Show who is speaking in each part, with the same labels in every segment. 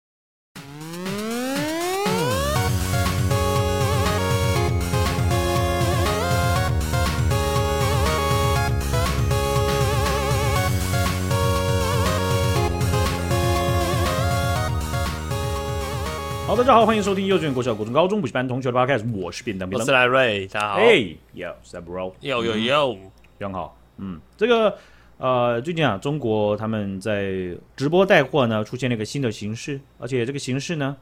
Speaker 1: 嗯好，大家好，欢迎收听幼稚园、国小、国中、高中补习班同学的 podcast，我是便当便
Speaker 2: 我
Speaker 1: 当
Speaker 2: 是。赖瑞，大家好。
Speaker 1: 哎，Yo，s up, bro？
Speaker 2: 有有有，
Speaker 1: 非常好，嗯，这个呃，最近啊，中国他们在直播带货呢出现了一个新的形式，而且这个形式呢，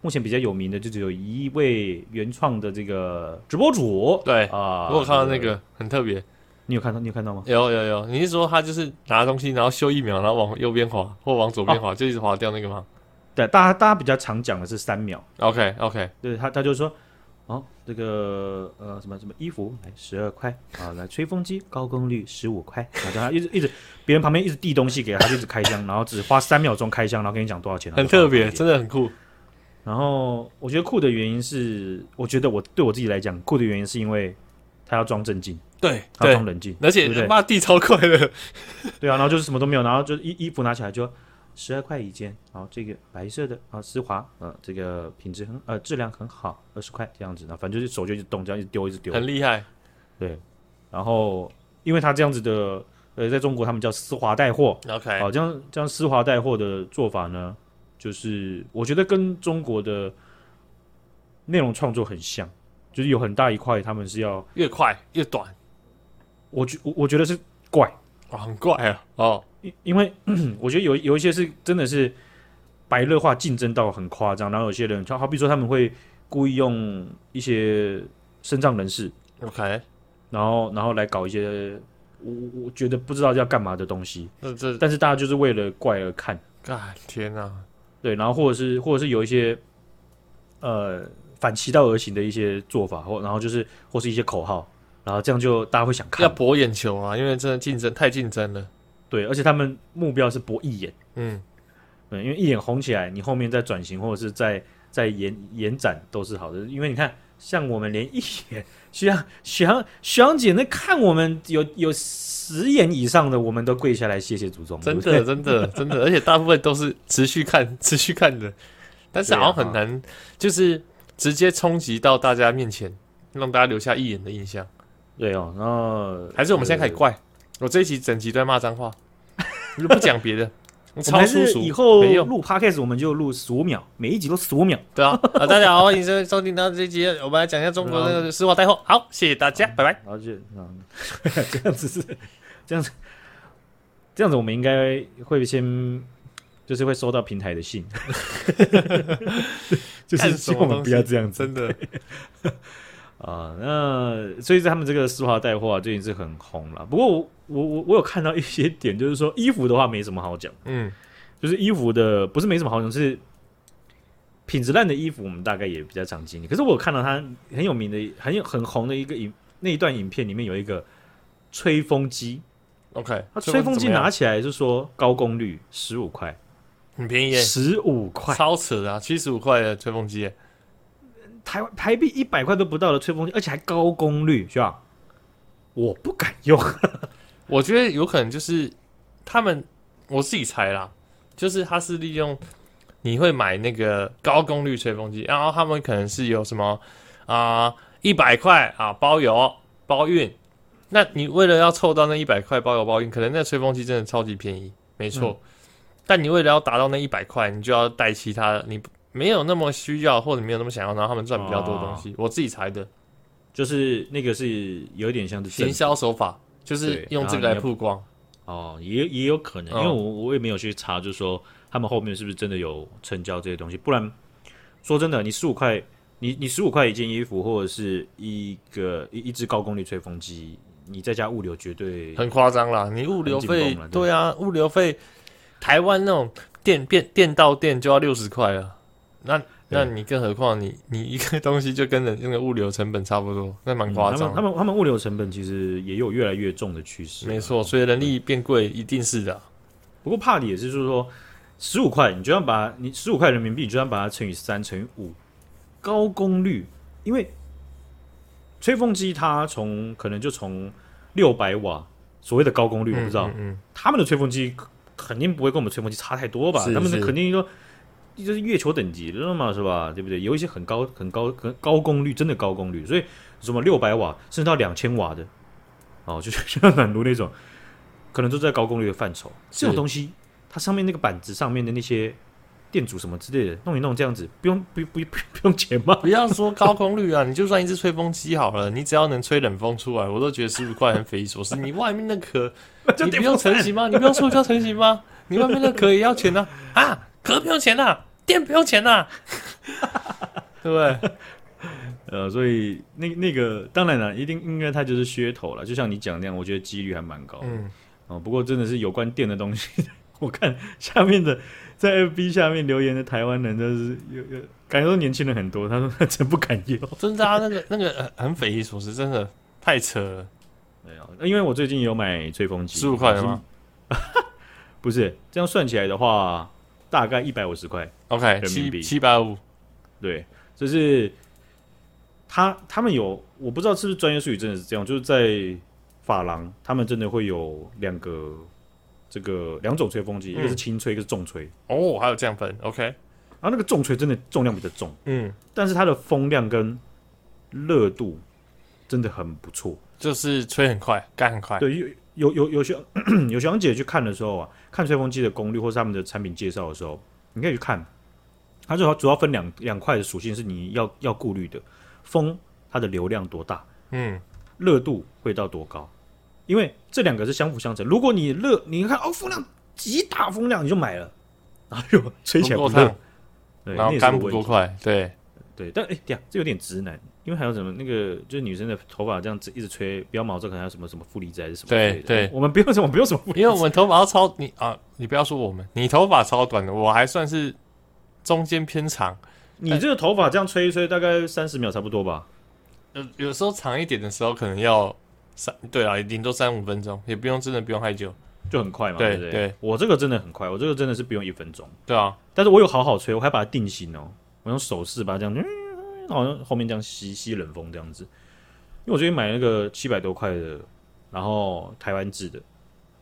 Speaker 1: 目前比较有名的就只有一位原创的这个直播主。
Speaker 2: 对
Speaker 1: 啊，
Speaker 2: 我有看到那
Speaker 1: 这，
Speaker 2: 个很特别，
Speaker 1: 你有看到？你有看到吗？
Speaker 2: 有有有，你是说他就是拿东西，然后修一秒，然后往右边滑或往左边滑，就一直滑掉那个吗
Speaker 1: 对，大家大家比较常讲的是三秒，
Speaker 2: ？OK OK，
Speaker 1: 对他他就说。哦，这个呃，什么什么衣服，来十二块啊，来吹风机高功率十五块，然后他一直一直，别人旁边一直递东西给他，他就一直开箱，然后只花三秒钟开箱，然后跟你讲多少钱，
Speaker 2: 很
Speaker 1: 然后就
Speaker 2: 特
Speaker 1: 放在那
Speaker 2: 别，
Speaker 1: 边
Speaker 2: 真的很酷。
Speaker 1: 然后我觉得酷的原因是，我觉得我对我自己来讲，酷的原因是因为他要装镇静，
Speaker 2: 对
Speaker 1: 他要
Speaker 2: 对
Speaker 1: 装，冷静，
Speaker 2: 而
Speaker 1: 对不
Speaker 2: 且
Speaker 1: 对
Speaker 2: 骂地超快的，
Speaker 1: 对啊，然后就是什么都没有，然后就衣衣服拿起来就十二块一件，然后这个白色的啊丝滑，呃，这个品质很呃质量很好，二十块这样子，然后反正就是手就一直动，这样一直丢一直丢，
Speaker 2: 很厉害。
Speaker 1: 对，然后因为他这样子的，呃，在中国他们叫丝滑带货，
Speaker 2: OK，
Speaker 1: 好，这样这样丝滑带货的做法呢，就是我觉得跟中国的内容创作很像，就是有很大一块他们是要，
Speaker 2: 越快越短，
Speaker 1: 我觉我我觉得是怪，
Speaker 2: 哇，很怪啊。哦，
Speaker 1: 因因为 我觉得有有一些是真的是白热化竞争到很夸张，然后有些人就好比说他们会故意用一些身障人士，
Speaker 2: OK，
Speaker 1: 然后然后来搞一些我我我觉得不知道要干嘛的东西，
Speaker 2: 那这，
Speaker 1: 但是大家就是为了怪而看。
Speaker 2: 哎，天哪，
Speaker 1: 对，然后或者是或者是有一些呃反其道而行的一些做法，或然后就是或是一些口号，然后这样就大家会想
Speaker 2: 要
Speaker 1: 看。
Speaker 2: 博眼球啊，因为真的竞争太竞争了。
Speaker 1: 对，而且他们目标是博一眼，
Speaker 2: 嗯，
Speaker 1: 对，因为一眼红起来，你后面再转型或者是再再延延展都是好的，因为你看。像我们连一眼，徐阳、徐阳、徐阳姐那看我们有有十眼以上的，我们都跪下来谢谢祖宗。
Speaker 2: 真
Speaker 1: 对不对
Speaker 2: 的，真的，真的，而且大部分都是持续看、 持续看的，但是
Speaker 1: 对啊
Speaker 2: 好像很难，就是直接冲击到大家面前，让大家留下一眼的印象。
Speaker 1: 对哦，然后
Speaker 2: 还是我们现在开始怪，我这一集整集都在骂脏话，我就不讲别 的，我
Speaker 1: 我们
Speaker 2: 超
Speaker 1: 还
Speaker 2: 粗
Speaker 1: 是
Speaker 2: 俗，
Speaker 1: 以后
Speaker 2: 没用。
Speaker 1: 录 podcast 我们就录十五秒，每一集都十五秒。
Speaker 2: 对啊，啊，大家好，欢迎收收听到这一集，我们来讲一下中国那个丝袜带货。好，谢谢大家，拜拜。
Speaker 1: 然后就嗯，这样子是 这样子，这样子我们应该会先就是会收到平台 的信，就是
Speaker 2: 干什
Speaker 1: 希望我
Speaker 2: 么
Speaker 1: 们
Speaker 2: 东
Speaker 1: 不
Speaker 2: 西
Speaker 1: 要这样子
Speaker 2: 真的，
Speaker 1: 啊、那所以他们这个丝滑带货、啊、最近是很红了。不过我我我我有看到一些点，就是说衣服的话没什么好讲，
Speaker 2: 嗯，
Speaker 1: 就是衣服的不是没什么好讲，是品质烂的衣服我们大概也比较常经历。可是我有看到他很有名的、很有很红的一个影那一段影片里面有一个吹风机。
Speaker 2: OK，
Speaker 1: 他啊吹风机
Speaker 2: 怎么样
Speaker 1: 拿起来就说高功率十五块，
Speaker 2: 很便宜耶，
Speaker 1: 十五块，
Speaker 2: 超扯的啊，七十五块的吹风机耶，
Speaker 1: 台湾台币一百块都不到的吹风机，而且还高功率，是吧？我不敢用，
Speaker 2: 我觉得有可能就是他们，我自己猜啦，就是他是利用你会买那个高功率吹风机，然后他们可能是有什么啊一百块啊包邮包运，那你为了要凑到那一百块包邮包运，可能那吹风机真的超级便宜，没错。
Speaker 1: 嗯
Speaker 2: 但你为了要达到那一百块，你就要带其他的，你没有那么需要或者没有那么想要，然后他们赚比较多的东
Speaker 1: 哦
Speaker 2: 西。我自己猜的
Speaker 1: 就是那个是有点像是政
Speaker 2: 行销手法，就是
Speaker 1: 对
Speaker 2: 用这
Speaker 1: 然后
Speaker 2: 个
Speaker 1: 你
Speaker 2: 来
Speaker 1: 要
Speaker 2: 曝光。
Speaker 1: 哦，也也有可能，
Speaker 2: 哦
Speaker 1: 因为我我也没有去查，就是说他们后面是不是真的有成交这些东西，不然说真的，你十五块，你你十五块一件衣服或者是一个一一只高功率吹风机，你再加物流绝对
Speaker 2: 很夸张啦！你物流
Speaker 1: 很
Speaker 2: 费
Speaker 1: 紧绷了，对
Speaker 2: 对啊，物流费，台湾那种电电电到店就要六十块了，那那你更何况你你一个东西就跟人那个物流成本差不多，那蛮
Speaker 1: 嗯
Speaker 2: 夸
Speaker 1: 他们啊
Speaker 2: 张
Speaker 1: 他
Speaker 2: 的。
Speaker 1: 们他们物流成本其实也有越来越重的趋势，
Speaker 2: 没错，所以人力变贵一定是的啊。
Speaker 1: 不过怕的也是，就是说十五块，你就算把你十五块人民币，你就算把它乘以三，乘以五，高功率，因为吹风机它从可能就从六百瓦所谓的高功率，我不知道、
Speaker 2: 嗯嗯，
Speaker 1: 他们的吹风机肯定不会跟我们吹风机差太多吧？
Speaker 2: 是
Speaker 1: 他们的
Speaker 2: 是
Speaker 1: 肯定说。就是月球等级了嘛，是吧？对不对？有一些很高、很高、很高功率，真的高功率，所以什么六百瓦甚至到两千瓦的，哦，就是像暖炉那种，可能都在高功率的范畴。这种
Speaker 2: 是
Speaker 1: 东西，它上面那个板子上面的那些电阻什么之类的，弄一弄这样子，不用不不不不用钱吗？
Speaker 2: 不要说高功率啊，你就算一只吹风机好了，你只要能吹冷风出来，我都觉得十五块很匪夷所思。你外面那 壳，你不用成型吗？你不用塑胶成型吗？你外面那壳也要钱呐、啊？啊，壳不用钱呐、电不用钱呐、 对不对？
Speaker 1: 呃，所以那那个当然了，一定应该它就是噱头了，就像你讲那样，我觉得几率还蛮高的。
Speaker 2: 嗯，
Speaker 1: 哦，不过真的是有关电的东西， 我看下面的在 FB 下面留言的台湾人，就是有有感觉到年轻人很多，他说他真不敢要。
Speaker 2: 真的啊，那个那个很很匪夷所思，真的太扯了。
Speaker 1: 没有， 因为我最近有买吹风机，
Speaker 2: 15块的吗
Speaker 1: 是？ 不是，这样算起来的话，大概一百五十块。
Speaker 2: OK，
Speaker 1: 人民币
Speaker 2: 七七百五，
Speaker 1: 对，就是他他们有，我不知道是不是专业术语真的是这样，就是在发廊，他们真的会有两个这个两种吹风机，一个是
Speaker 2: 嗯
Speaker 1: 轻吹，一个是重吹。
Speaker 2: 哦，还有这样分，OK，
Speaker 1: 然后那个重吹真的重量比较重，
Speaker 2: 嗯，
Speaker 1: 但是它的风量跟热度真的很不错。
Speaker 2: 就是吹很快，干很快，
Speaker 1: 对，有有有有学有学长姐去看的时候啊，看吹风机的功率或是他们的产品介绍的时候，你可以去看，它主要主要分两两块的属性是你要要顾虑的，风它的流量多大，
Speaker 2: 嗯，
Speaker 1: 热度会到多高，因为这两个是相辅相成。如果你热，你看哦风量极大风量你就买了，哎呦吹起来
Speaker 2: 不
Speaker 1: 不
Speaker 2: 够
Speaker 1: 热
Speaker 2: 烫，，
Speaker 1: 对，
Speaker 2: 然
Speaker 1: 那
Speaker 2: 后
Speaker 1: 也是个
Speaker 2: 干不
Speaker 1: 问题
Speaker 2: 够快，对，
Speaker 1: 对，但哎，对呀，这有点直男，因为还有什么那个，就是女生的头发这样子一直吹，不要毛这可能还有什么什么负离子还是什么之类的。
Speaker 2: 对对
Speaker 1: 我们不用什么，不用什么负离子，
Speaker 2: 因为我们头发要超你啊，你不要说我们，你头发超短的，我还算是中间偏长，
Speaker 1: 你这个头发这样吹一吹，大概三十秒差不多吧。
Speaker 2: 有有时候长一点的时候可能要三，对啊，顶多三五分钟，也不用真的不用太久，
Speaker 1: 就很快嘛，
Speaker 2: 对
Speaker 1: 不对？
Speaker 2: 对
Speaker 1: 我这个真的很快，我这个真的是不用一分钟，
Speaker 2: 对 啊，
Speaker 1: 但是我有好好吹，我还把它定型哦，我用手势把它这样，嗯，好像后面这样吸吸冷风这样子。因为我最近买那个七百多块的，然后台湾制的，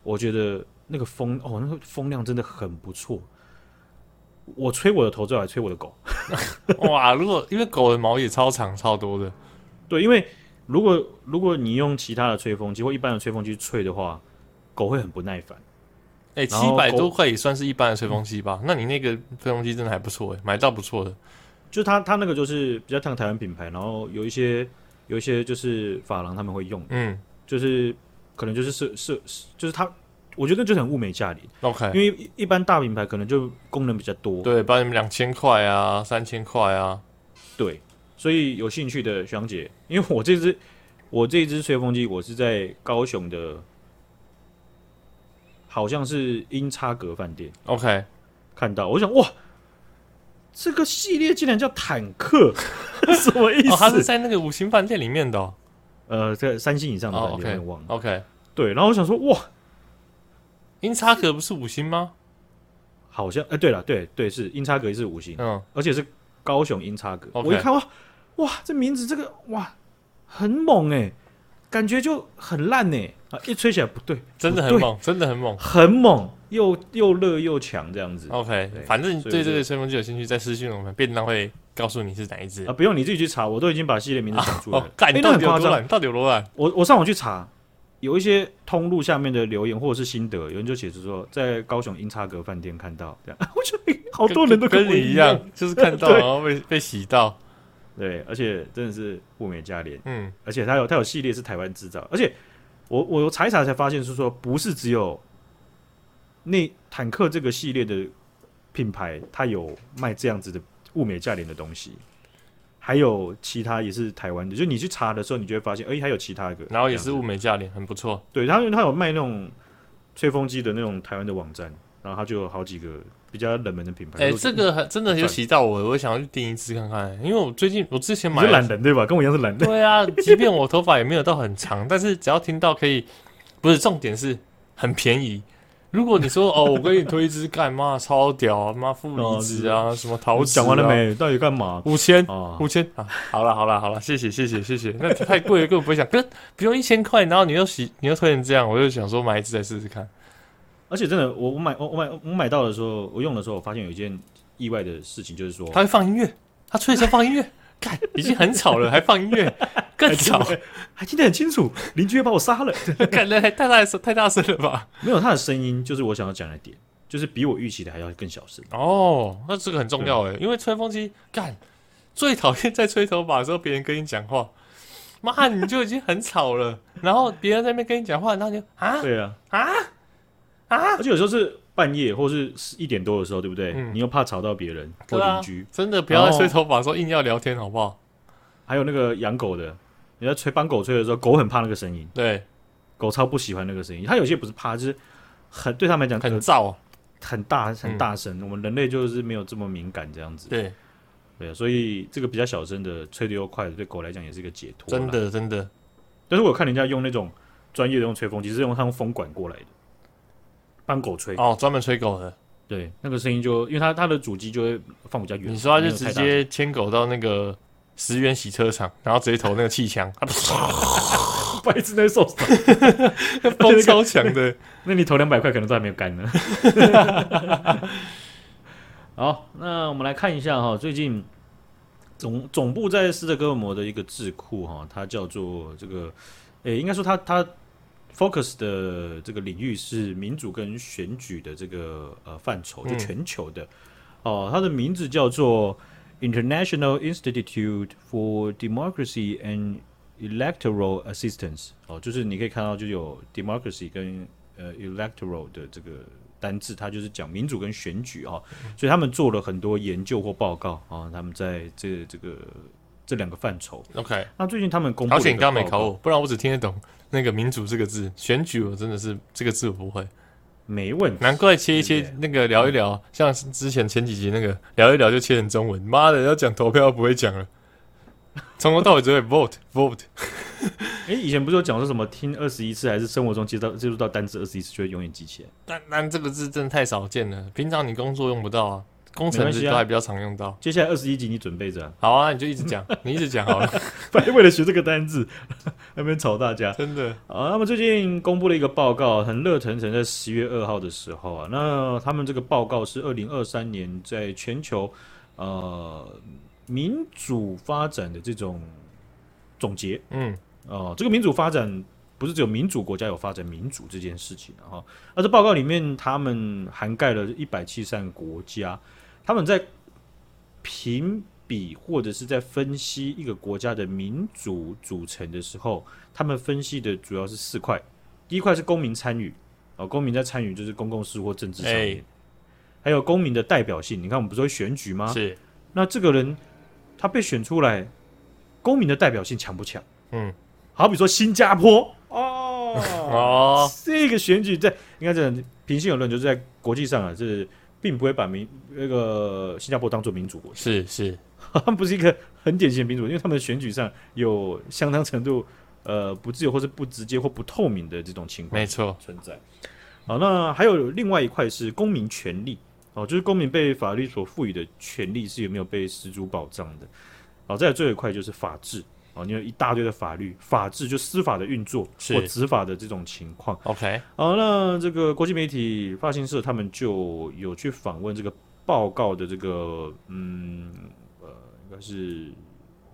Speaker 1: 我觉得那个风哦，那个风量真的很不错。我吹我的头之后，还吹我的狗。
Speaker 2: 哇，如果因为狗的毛也超长超多的，
Speaker 1: 对，因为如果如果你用其他的吹风机或一般的吹风机吹的话，狗会很不耐烦。
Speaker 2: 哎、
Speaker 1: 然
Speaker 2: 七
Speaker 1: 后
Speaker 2: 百
Speaker 1: 狗
Speaker 2: 多块也算是一般的吹风机吧？那你那个吹风机真的还不错、哎，买到不错的，
Speaker 1: 就它它那个就是比较像台湾品牌，然后有一些有一些就是发廊他们会用，
Speaker 2: 嗯
Speaker 1: 就是可能就是设设就是它，我觉得就是很物美价廉，
Speaker 2: ，OK，
Speaker 1: 因为一一般大品牌可能就功能比较多，
Speaker 2: 哎对，帮你们两千块啊，三千块啊，
Speaker 1: 对，所以有兴趣的学长姐，因为我这只我这只吹风机，我是在高雄的，好像是英差格饭店
Speaker 2: OK，
Speaker 1: 看到，我想哇，这个系列竟然叫坦克， 什么意思？
Speaker 2: 哦，它是在那个五星饭店里面的、哦、
Speaker 1: 呃，在三星以上的
Speaker 2: 哦
Speaker 1: 饭店，我有点忘了。
Speaker 2: ，OK，
Speaker 1: 对，然后我想说哇，
Speaker 2: 英差格不是五星吗？
Speaker 1: 好像哎、对了，对对是英差格也是五星，
Speaker 2: 嗯，
Speaker 1: 而且是高雄英差格。
Speaker 2: OK
Speaker 1: 我一看哇哇，这名字这个哇很猛哎、感觉就很烂哎、啊！一吹起来不对，
Speaker 2: 真的
Speaker 1: 不
Speaker 2: 很
Speaker 1: 对，
Speaker 2: 猛，真的很猛。
Speaker 1: 很猛，又又热又强这样子
Speaker 2: OK，
Speaker 1: 对
Speaker 2: 反正你
Speaker 1: 所以
Speaker 2: 对
Speaker 1: 我
Speaker 2: 这
Speaker 1: 就
Speaker 2: 个吹风机有兴趣，再私信我们，便当会告诉你是哪一只
Speaker 1: 啊！。不用你自己去查，我都已经把系列名字讲出 来
Speaker 2: 哦
Speaker 1: 了，。
Speaker 2: 干，你
Speaker 1: 哎那
Speaker 2: 到
Speaker 1: 很
Speaker 2: 底有
Speaker 1: 夸
Speaker 2: 多
Speaker 1: 张。
Speaker 2: 懒？到底有多懒？
Speaker 1: 我我上网去查，有一些通路下面的留言或者是心得，有人就写着说在高雄英差格饭店看到这样， 我觉得好多人都
Speaker 2: 跟
Speaker 1: 我
Speaker 2: 你一
Speaker 1: 样。
Speaker 2: 样，就是看 到
Speaker 1: 对
Speaker 2: 然后被被洗到。
Speaker 1: 对，而且真的是物美价廉，
Speaker 2: 嗯，
Speaker 1: 而且它有它有系列是台湾制造，而且我我有查一查才发现是说不是只有那坦克这个系列的品牌，它有卖这样子的物美价廉的东西，还有其他也是台湾的，就你去查的时候，你就会发现，哎、还有其他一个，
Speaker 2: 然后也是
Speaker 1: 这样
Speaker 2: 物美价廉，很不错。
Speaker 1: 对，它它有卖那种吹风机的那种台湾的网站，然后它就有好几个比较冷门的品牌。
Speaker 2: 哎，
Speaker 1: 我
Speaker 2: 这个很真的
Speaker 1: 很
Speaker 2: 有
Speaker 1: 赞
Speaker 2: 洗到我，我想要去订一只看看，因为我最近我之前
Speaker 1: 你
Speaker 2: 买
Speaker 1: 是
Speaker 2: 了
Speaker 1: 懒人对吧？跟我一样是懒 人。
Speaker 2: 对啊，即便我头发也没有到很长，但是只要听到可以，不是重点是很便宜。如果你说哦，我给你推一支干妈超屌啊，妈负离子啊，什么陶
Speaker 1: 哦我
Speaker 2: 瓷、啊，
Speaker 1: 讲完了？没？到底干嘛？
Speaker 2: 五千，
Speaker 1: 啊，
Speaker 2: 五千啊！好了好了好了，谢谢谢谢谢谢。 那太贵了，根本不会想。可是不用一千块，然后你又洗，你又推成这样，我就想说买一只来试试看。
Speaker 1: 而且真的，我我买我我买我买到的时候，我用的时候，我发现有一件意外的事情，就是说
Speaker 2: 它会放音乐，它吹的时候放音 乐，干已经很吵了，还放音 乐，更吵，
Speaker 1: 还哎听得很清楚，邻居要把我杀了。
Speaker 2: 感觉太大声太大声了吧？
Speaker 1: 没有他的声音，就是我想要讲的点。就是比我预期的还要更小声。
Speaker 2: 哦，那这个很重要哎，因为吹风机干最讨厌在吹头发的时候别人跟你讲话，妈你就已经很吵 了，然后别人在那边跟你讲话，然后你就啊
Speaker 1: 对啊，
Speaker 2: 啊
Speaker 1: 而且有时候是半夜或是一点多的时候，对不对？
Speaker 2: 嗯
Speaker 1: 你又怕吵到别人或
Speaker 2: 对啊
Speaker 1: 邻居，
Speaker 2: 真的不要在吹头发的时候硬要聊天好不好？
Speaker 1: 还有那个养狗的，你在吹帮狗吹的时候，狗很怕那个声音，
Speaker 2: 对，
Speaker 1: 狗超不喜欢那个声音。它有些不是怕，就是很对他们来讲
Speaker 2: 很嗯
Speaker 1: 很
Speaker 2: 燥，
Speaker 1: 很大很大声。我们人类就是没有这么敏感这样子，
Speaker 2: 对，
Speaker 1: 对啊，所以这个比较小声的吹得又快的，对狗来讲也是一个解脱。
Speaker 2: 真，的真的
Speaker 1: 但是我有看人家用那种专业的用吹风机，是用他用风管过来的，帮狗吹。
Speaker 2: 哦，专门吹狗的，
Speaker 1: 对，那个声音就因为它它的主机就会放比较远。
Speaker 2: 你说他
Speaker 1: 没
Speaker 2: 就
Speaker 1: 有
Speaker 2: 直
Speaker 1: 太大
Speaker 2: 接牵狗到那个十元洗车场，然后直接投那个气 枪，啊
Speaker 1: 白痴那受伤，
Speaker 2: 风超强 的，
Speaker 1: 那你投两百块可能都还没有干呢。 好，那我们来看一下哈、最近总总部在斯德哥尔摩的一个智库哈、它叫做这个，诶、应该说它它 focus 的这个领域是民主跟选举的这个呃范畴，就
Speaker 2: 嗯
Speaker 1: 全球的哦、它的名字叫做 International Institute for Democracy and Electoral Assistance 哦，就是你可以看到就有 democracy 跟呃 electoral 的这个单字，它就是讲民主跟选举哦，所以他们做了很多研究或报告啊、哦，他们在这这个这两个范畴。
Speaker 2: OK，
Speaker 1: 那最近他们公布
Speaker 2: 而
Speaker 1: 了一个
Speaker 2: 且你刚刚没考
Speaker 1: 报告
Speaker 2: 我，不然我只听得懂那个“民主”这个字，选举我真的是这个字我不会，
Speaker 1: 没问题，
Speaker 2: 难怪切一
Speaker 1: 对
Speaker 2: 切那个聊一聊，像是之前前几集那个聊一聊就切成中文，妈的要讲投票不会讲了，从头到尾只会 vote vote，
Speaker 1: 哎，以前不是有讲说什么听二十一次，还是生活中接到接触到单字二十一次就会永远记起来？
Speaker 2: 但但这个字真的太少见了，平常你工作用不到啊，工
Speaker 1: 没
Speaker 2: 程
Speaker 1: 关
Speaker 2: 师
Speaker 1: 系啊
Speaker 2: 都还比较常用到。
Speaker 1: 接下来二十一集你准备着啊、
Speaker 2: 好啊，你就一直 讲，你一直讲好了，
Speaker 1: 反正为了学这个单字， 那边吵大家。
Speaker 2: 真的。
Speaker 1: 啊，那么最近公布了一个报告，很热腾腾，在十月二号的时候啊，那他们这个报告是二零二三年在全球呃民主发展的这种总结
Speaker 2: 嗯，
Speaker 1: 哦、这个民主发展不是只有民主国家有发展民主这件事情啊、哈那这报告里面，他们涵盖了一百七三国家，他们在评比或者是在分析一个国家的民主组成的时候，他们分析的主要是四块，第一块是公民参与，哦，公民在参与就是公共事务或政治上面，
Speaker 2: 哎
Speaker 1: 还有公民的代表性。你看，我们不是会选举吗？
Speaker 2: 是，
Speaker 1: 那这个人他被选出来，公民的代表性强不强？
Speaker 2: 嗯，
Speaker 1: 好比说新加坡哦，
Speaker 2: 哦，
Speaker 1: 这个选举在应该讲平心而论，就是在国际上啊，是并不会把民那个新加坡当做民主国家，
Speaker 2: 是是，
Speaker 1: 他 们不是一个很典型的民主，因为他们的选举上有相当程度呃不自由或是不直接或不透明的这种情况
Speaker 2: 没错，
Speaker 1: 存在。好，那还有另外一块是公民权利哦，就是公民被法律所赋予的权利是有没有被十足保障的。好，再来最后一块就是法治哦，你有一大堆的法律，法治就司法的运作
Speaker 2: 是
Speaker 1: 或执法的这种情况。
Speaker 2: OK，
Speaker 1: 好，那这个国际媒体发行社他们就有去访问这个报告的这个嗯呃，应该是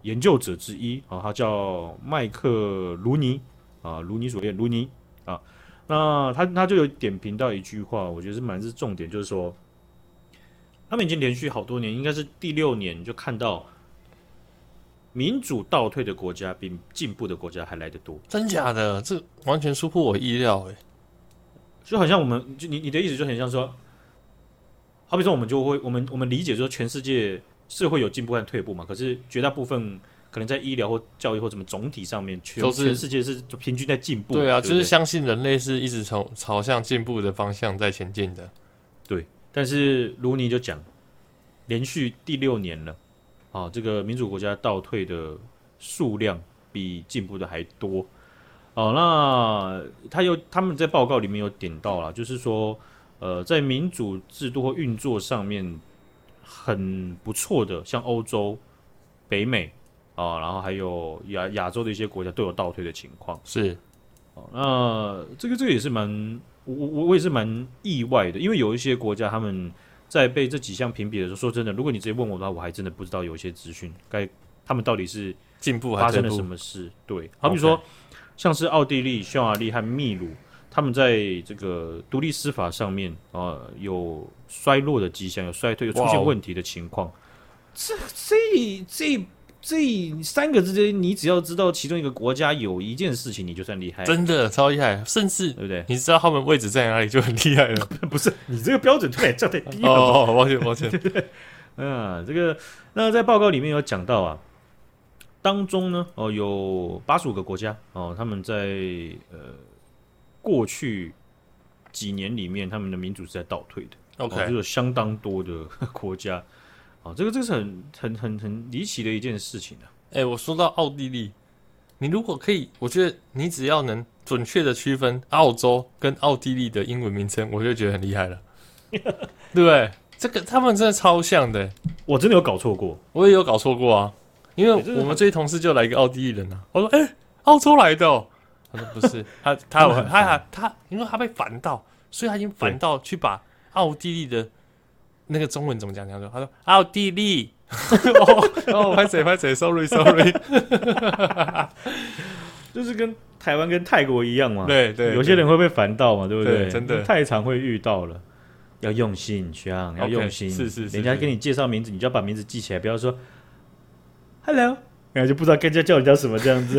Speaker 1: 研究者之一啊，他叫麦克卢尼啊，卢尼所列卢尼啊，那他他就有点评到一句话，我觉得是蛮是重点，就是说他们已经连续好多年，应该是第六年就看到民主倒退的国家比进步的国家还来得多。
Speaker 2: 真假的，这完全出乎我意料哎。
Speaker 1: 就很像我们，就你你的意思就很像说，好比说我们就会我们我们理解说全世界是会有进步和退步嘛，可是绝大部分可能在医疗或教育或什么总体上面，全、
Speaker 2: 都是
Speaker 1: 全世界是平均在进步。
Speaker 2: 对啊，
Speaker 1: 不
Speaker 2: 就是相信人类是一直从朝向进步的方向在前进的。
Speaker 1: 但是卢尼就讲，连续第六年了，啊，这个民主国家倒退的数量比进步的还多。哦，那他有他们在报告里面有点到了，就是说，呃，在民主制度或运作上面很不错的，像欧洲、北美啊，然后还有亚亚洲的一些国家都有倒退的情况。
Speaker 2: 是，
Speaker 1: 哦，那这个这个也是蛮，我我我我也是蛮意外的，因为有一些国家他们在被这几项评比的时候，说真的，如果你直接问我的话，我还真的不知道有一些资讯该他们到底是
Speaker 2: 进步还
Speaker 1: 发
Speaker 2: 退
Speaker 1: 生了什
Speaker 2: 步？
Speaker 1: 么事。对，好比说像是奥地利、匈牙利和秘鲁，他们在这个独立司法上面啊、呃有衰落的迹象，有衰退，有出
Speaker 2: 哇
Speaker 1: 现
Speaker 2: 哦
Speaker 1: 问题的情况。这这这这三个之间，你只要知道其中一个国家有一件事情，你就算厉害，对
Speaker 2: 真的超厉害，甚至
Speaker 1: 不对？
Speaker 2: 你知道他们位置在哪里就很厉害 了。
Speaker 1: 不是你这个标准突然降太低了吧。
Speaker 2: 哦，抱歉抱歉，
Speaker 1: 嗯，这个那在报告里面有讲到啊，当中呢，哦，有八十五个国家哦，他们在呃过去几年里面，他们的民主是在倒退的。哦、就
Speaker 2: OK，
Speaker 1: 有相当多的国家，哦，这个这个是很很很很离奇的一件事情啊。
Speaker 2: 哎、我说到奥地利，你如果可以，我觉得你只要能准确的区分澳洲跟奥地利的英文名称，我就觉得很厉 害了，对不对？这个他们真的超像的、
Speaker 1: 我真的有搞错过，
Speaker 2: 我也有搞错过啊，因为
Speaker 1: 欸这是
Speaker 2: 我们这些同事就来一个奥地利人啊，我说哎、欸澳洲来的、哦，他说不是， 他他有
Speaker 1: 他们很
Speaker 2: 他他他，因为他被烦到，所以他已经烦到去把奥地利的那个中文怎么讲讲说，他说奥地利， 哦哦，拍谁拍谁，sorry sorry，
Speaker 1: 就是跟台湾跟泰国一样嘛。，
Speaker 2: 对对，
Speaker 1: 啊有些人会被烦到嘛，对不
Speaker 2: 对真的
Speaker 1: 太常会遇到了。要用心，徐昂，要
Speaker 2: OK，
Speaker 1: 用心。
Speaker 2: 是是是
Speaker 1: 人家
Speaker 2: 是
Speaker 1: 给你介绍名字，你就要把名字记起来，不要说 “hello”，然后就不知道该叫叫人家什么这样 子，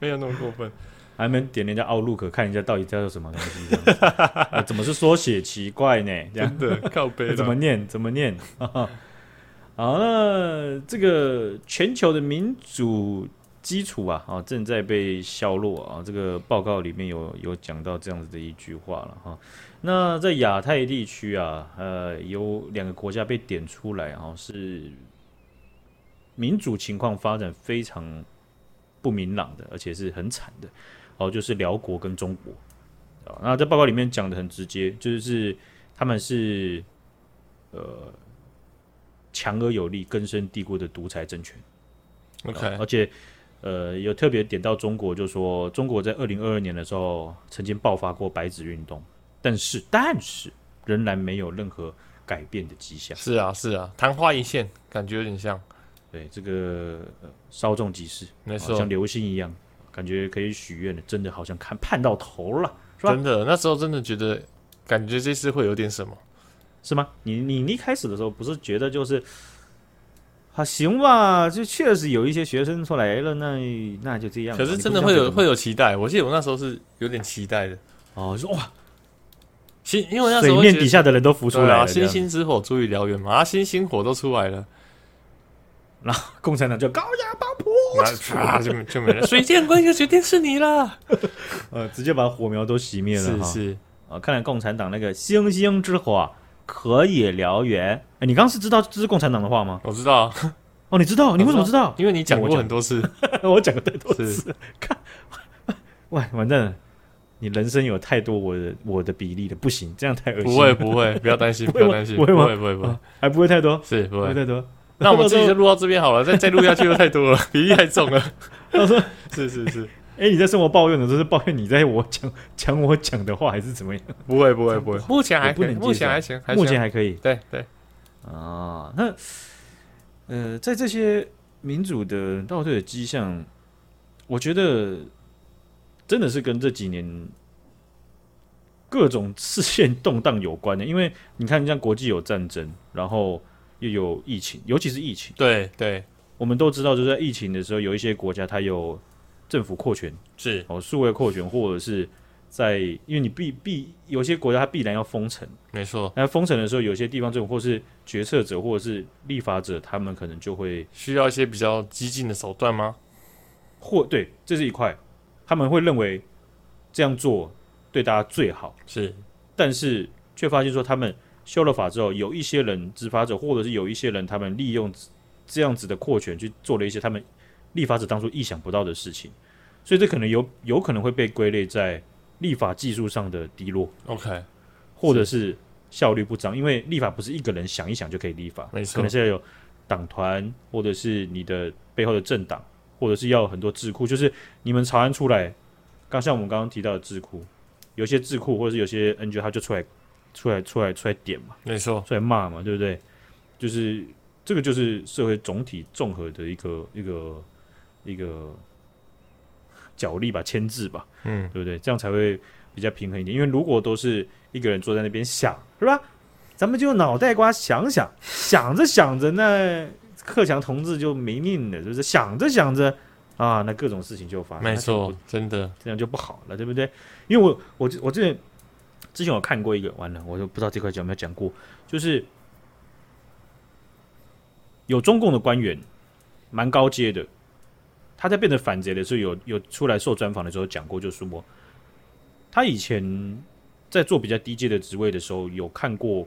Speaker 2: 没有那么过分，
Speaker 1: 还没点人家 Outlook 看人家到底叫什么东西这样子， 啊怎么是缩写？奇怪呢， 这样。
Speaker 2: 真的 靠背
Speaker 1: 哎怎么
Speaker 2: 了，
Speaker 1: 念？怎么念？ 好，那这个全球的民主基础啊，啊，正在被削弱啊。这个报告里面有有讲到这样子的一句话了哈、那在亚太地区啊，呃，有两个国家被点出来啊，是民主情况发展非常不明朗的，而且是很惨的。哦，就是辽国跟中国。啊，那在报告里面讲的很直接，就是他们是呃强而有力、根深蒂固的独裁政权。啊
Speaker 2: ，OK，
Speaker 1: 而且呃有特别点到中国，就说中国在二零二二年的时候曾经爆发过白纸运动，但是但是仍然没有任何改变的迹象。
Speaker 2: 是啊是啊，昙花一现，感觉有点像，
Speaker 1: 对，这个呃稍纵即逝，
Speaker 2: 没
Speaker 1: 好
Speaker 2: 错
Speaker 1: 像，流星一样，感觉可以许愿的，真的好像看盼到头了，是吧
Speaker 2: 真的，那时候真的觉得，感觉这次会有点什么。
Speaker 1: 是吗？你你你一开始的时候不是觉得就是？啊，行吧，就确实有一些学生出来了，那那就这样吧。
Speaker 2: 可是
Speaker 1: 你
Speaker 2: 真
Speaker 1: 不
Speaker 2: 的
Speaker 1: 这
Speaker 2: 会
Speaker 1: 样
Speaker 2: 有
Speaker 1: 觉得吗
Speaker 2: 会有期待，我记得我那时候是有点期待的。
Speaker 1: 哦，说哇，
Speaker 2: 心，因为那时
Speaker 1: 水
Speaker 2: 候
Speaker 1: 面
Speaker 2: 会觉得
Speaker 1: 底下的人都浮出
Speaker 2: 对
Speaker 1: 来
Speaker 2: 啊，
Speaker 1: 了，这
Speaker 2: 星
Speaker 1: 样
Speaker 2: 星之火足以燎原嘛，啊，星星火都出 来了，
Speaker 1: 共产党就高压，
Speaker 2: 那啪啊就没就没了。水箭龟就决定是你啦，
Speaker 1: 呃，直接把火苗都熄灭了
Speaker 2: 是
Speaker 1: 哈。
Speaker 2: 是，
Speaker 1: 啊，看来共产党那个星星之火啊可以燎原。哎，你刚刚是知道这是共产党的话吗？
Speaker 2: 我知道，
Speaker 1: 哦，你知道？你为什么 知道？
Speaker 2: 因为你讲
Speaker 1: 我
Speaker 2: 过
Speaker 1: 讲
Speaker 2: 很多 次，
Speaker 1: 我讲过太多
Speaker 2: 是
Speaker 1: 次，看， 喂，完蛋了，你人生有太多我的我的比例了，不行，这样太恶心。
Speaker 2: 不会，不会，不要担心，
Speaker 1: 不
Speaker 2: 不
Speaker 1: 会
Speaker 2: 要
Speaker 1: 吗
Speaker 2: 担心，
Speaker 1: 不
Speaker 2: 不
Speaker 1: 会吗
Speaker 2: 会不会不会
Speaker 1: 啊，还不会太多，
Speaker 2: 是不
Speaker 1: 不会
Speaker 2: 会。
Speaker 1: 太多。
Speaker 2: 那我们自己
Speaker 1: 到
Speaker 2: 就
Speaker 1: 时
Speaker 2: 录到这边好了，再再录下去又太多 了，比例太重了。
Speaker 1: 候到时候，
Speaker 2: 是是是，
Speaker 1: 哎，你在生活抱怨的时候是抱怨你在我讲讲我讲的话，还是怎么样？
Speaker 2: 不会不会不会， 目前还
Speaker 1: 我不
Speaker 2: 可以，
Speaker 1: 能接
Speaker 2: 目前
Speaker 1: 受
Speaker 2: 还行，还
Speaker 1: 目前
Speaker 2: 行，
Speaker 1: 还可以。
Speaker 2: 对对，
Speaker 1: 啊，那呃，在这些民主的倒退的迹象，我觉得真的是跟这几年各种视线动荡有关的。因为你看，像国际有战争，然后又有疫情，尤其是疫情，
Speaker 2: 对对
Speaker 1: 我们都知道，就是在疫情的时候，有一些国家它有政府扩权，
Speaker 2: 是，
Speaker 1: 哦，数位扩权，或者是在因为你必必有些国家它必然要封城。
Speaker 2: 没错，
Speaker 1: 那封城的时候，有些地方政府或是决策者或者是立法者，他们可能就会
Speaker 2: 需要一些比较激进的手段吗？
Speaker 1: 或对，这是一块，他们会认为这样做对大家最好，
Speaker 2: 是
Speaker 1: 但是却发现说他们修了法之后，有一些人执法者或者是有一些人，他们利用这样子的扩权去做了一些他们立法者当初意想不到的事情，所以这可能有有可能会被归类在立法技术上的低落，
Speaker 2: OK，
Speaker 1: 或者是效率不彰，因为立法不是一个人想一想就可以立法，
Speaker 2: 没错
Speaker 1: 可能是要有党团，或者是你的背后的政党，或者是要有很多智库，就是你们草案出来，刚像我们刚刚提到的智库，有些智库或者是有些 NGO 他就出来出来出来出来点嘛，
Speaker 2: 没错。
Speaker 1: 出来骂嘛，对不对？就是这个就是社会总体综合的一个一个一个角力吧，牵制吧，
Speaker 2: 嗯，
Speaker 1: 对不对？这样才会比比较平衡一点。因为如果都是一个人坐在那边想，是吧？咱们就脑袋瓜想想，想着想着，那克强同志就没命了，就是想着想着啊，那各种事情就发生。
Speaker 2: 没
Speaker 1: 那
Speaker 2: 错
Speaker 1: 就不，
Speaker 2: 真的，
Speaker 1: 这样就不好了，对不对？因为我我我之前之前我看过一个，完了，我就不知道这块有没有讲过，就是有中共的官员，蛮高阶的，他在变成反贼的时候，有有出来受专访的时候讲过，就是说他以前在做比较低阶的职位的时候，有看过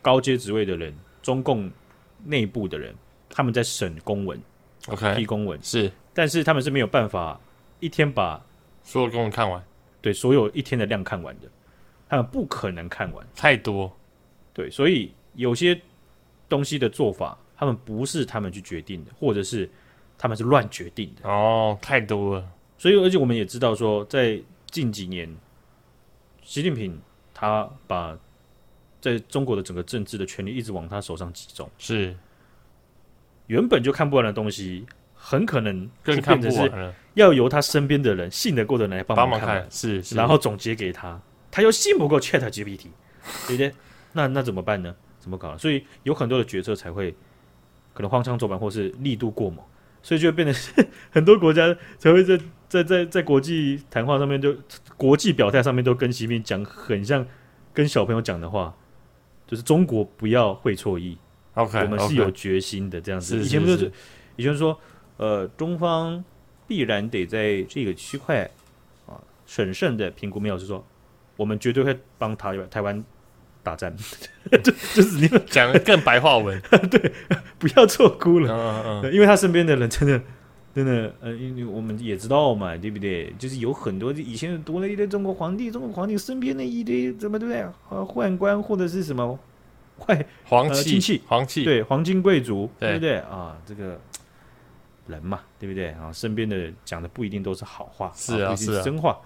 Speaker 1: 高阶职位的人，中共内部的人，他们在审公文、批
Speaker 2: OK，
Speaker 1: 公文，
Speaker 2: 是
Speaker 1: 但是他们是没有办法一天把
Speaker 2: 所有跟我看完
Speaker 1: 对所有一天的量看完的，他们不可能看完。
Speaker 2: 太多，
Speaker 1: 对，所以有些东西的做法，他们不是他们去决定的，或者是他们是乱决定的。
Speaker 2: 哦，太多了，
Speaker 1: 所以，而且我们也知道说，在近几年，习近平他把在中国的整个政治的权力一直往他手上集中，
Speaker 2: 是
Speaker 1: 原本就看不完的东西，很可能
Speaker 2: 更
Speaker 1: 就
Speaker 2: 看
Speaker 1: 变
Speaker 2: 不
Speaker 1: 成
Speaker 2: 完
Speaker 1: 是
Speaker 2: 了，
Speaker 1: 要由他身边的人信得过的人来帮
Speaker 2: 帮
Speaker 1: 忙
Speaker 2: 忙
Speaker 1: 看完。
Speaker 2: 看，是，是
Speaker 1: 然后总结给他，他又信不过 Chat GPT，对不对？那那怎么办呢？怎么搞？所以有很多的决策才会可能荒腔走板，或是力度过猛，所以就会变成 是很多国家才会在在在在国际谈话上面就国际表态上面都跟习近平讲很像跟小朋友讲的话，就是中国不要会错意，
Speaker 2: OK，
Speaker 1: 我们是有决心的这样子。
Speaker 2: 是
Speaker 1: 以前
Speaker 2: 是
Speaker 1: 不就是以前说，呃，中方必然得在这个区块啊审慎的评估，没有是说我们绝对会帮台湾台湾打 战，就就是你们
Speaker 2: 讲的更白话 文，
Speaker 1: 不要错估
Speaker 2: 嗯
Speaker 1: 了，
Speaker 2: 嗯嗯，
Speaker 1: 因为他身边的人真的。真的，呃，因为我们也知道嘛，对不对？就是有很多以前读了一堆中国皇帝，中国皇帝身边的一堆怎么对不对？呃，宦官或者是什么坏
Speaker 2: 黄
Speaker 1: 呃
Speaker 2: 气
Speaker 1: 亲戚
Speaker 2: 黄气，
Speaker 1: 对，黄金贵族，
Speaker 2: 对
Speaker 1: 对不对啊？这个人嘛，对不对啊？身边的人讲的不一定都是好话，
Speaker 2: 是啊
Speaker 1: 不一定
Speaker 2: 是啊
Speaker 1: 真话。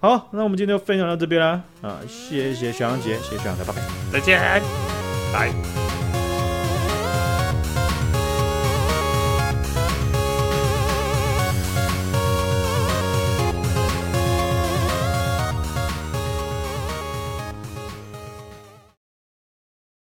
Speaker 1: 好，那我们今天就分享到这边啦啊！谢谢徐阳杰，谢谢徐阳杰，拜拜。
Speaker 2: 再见。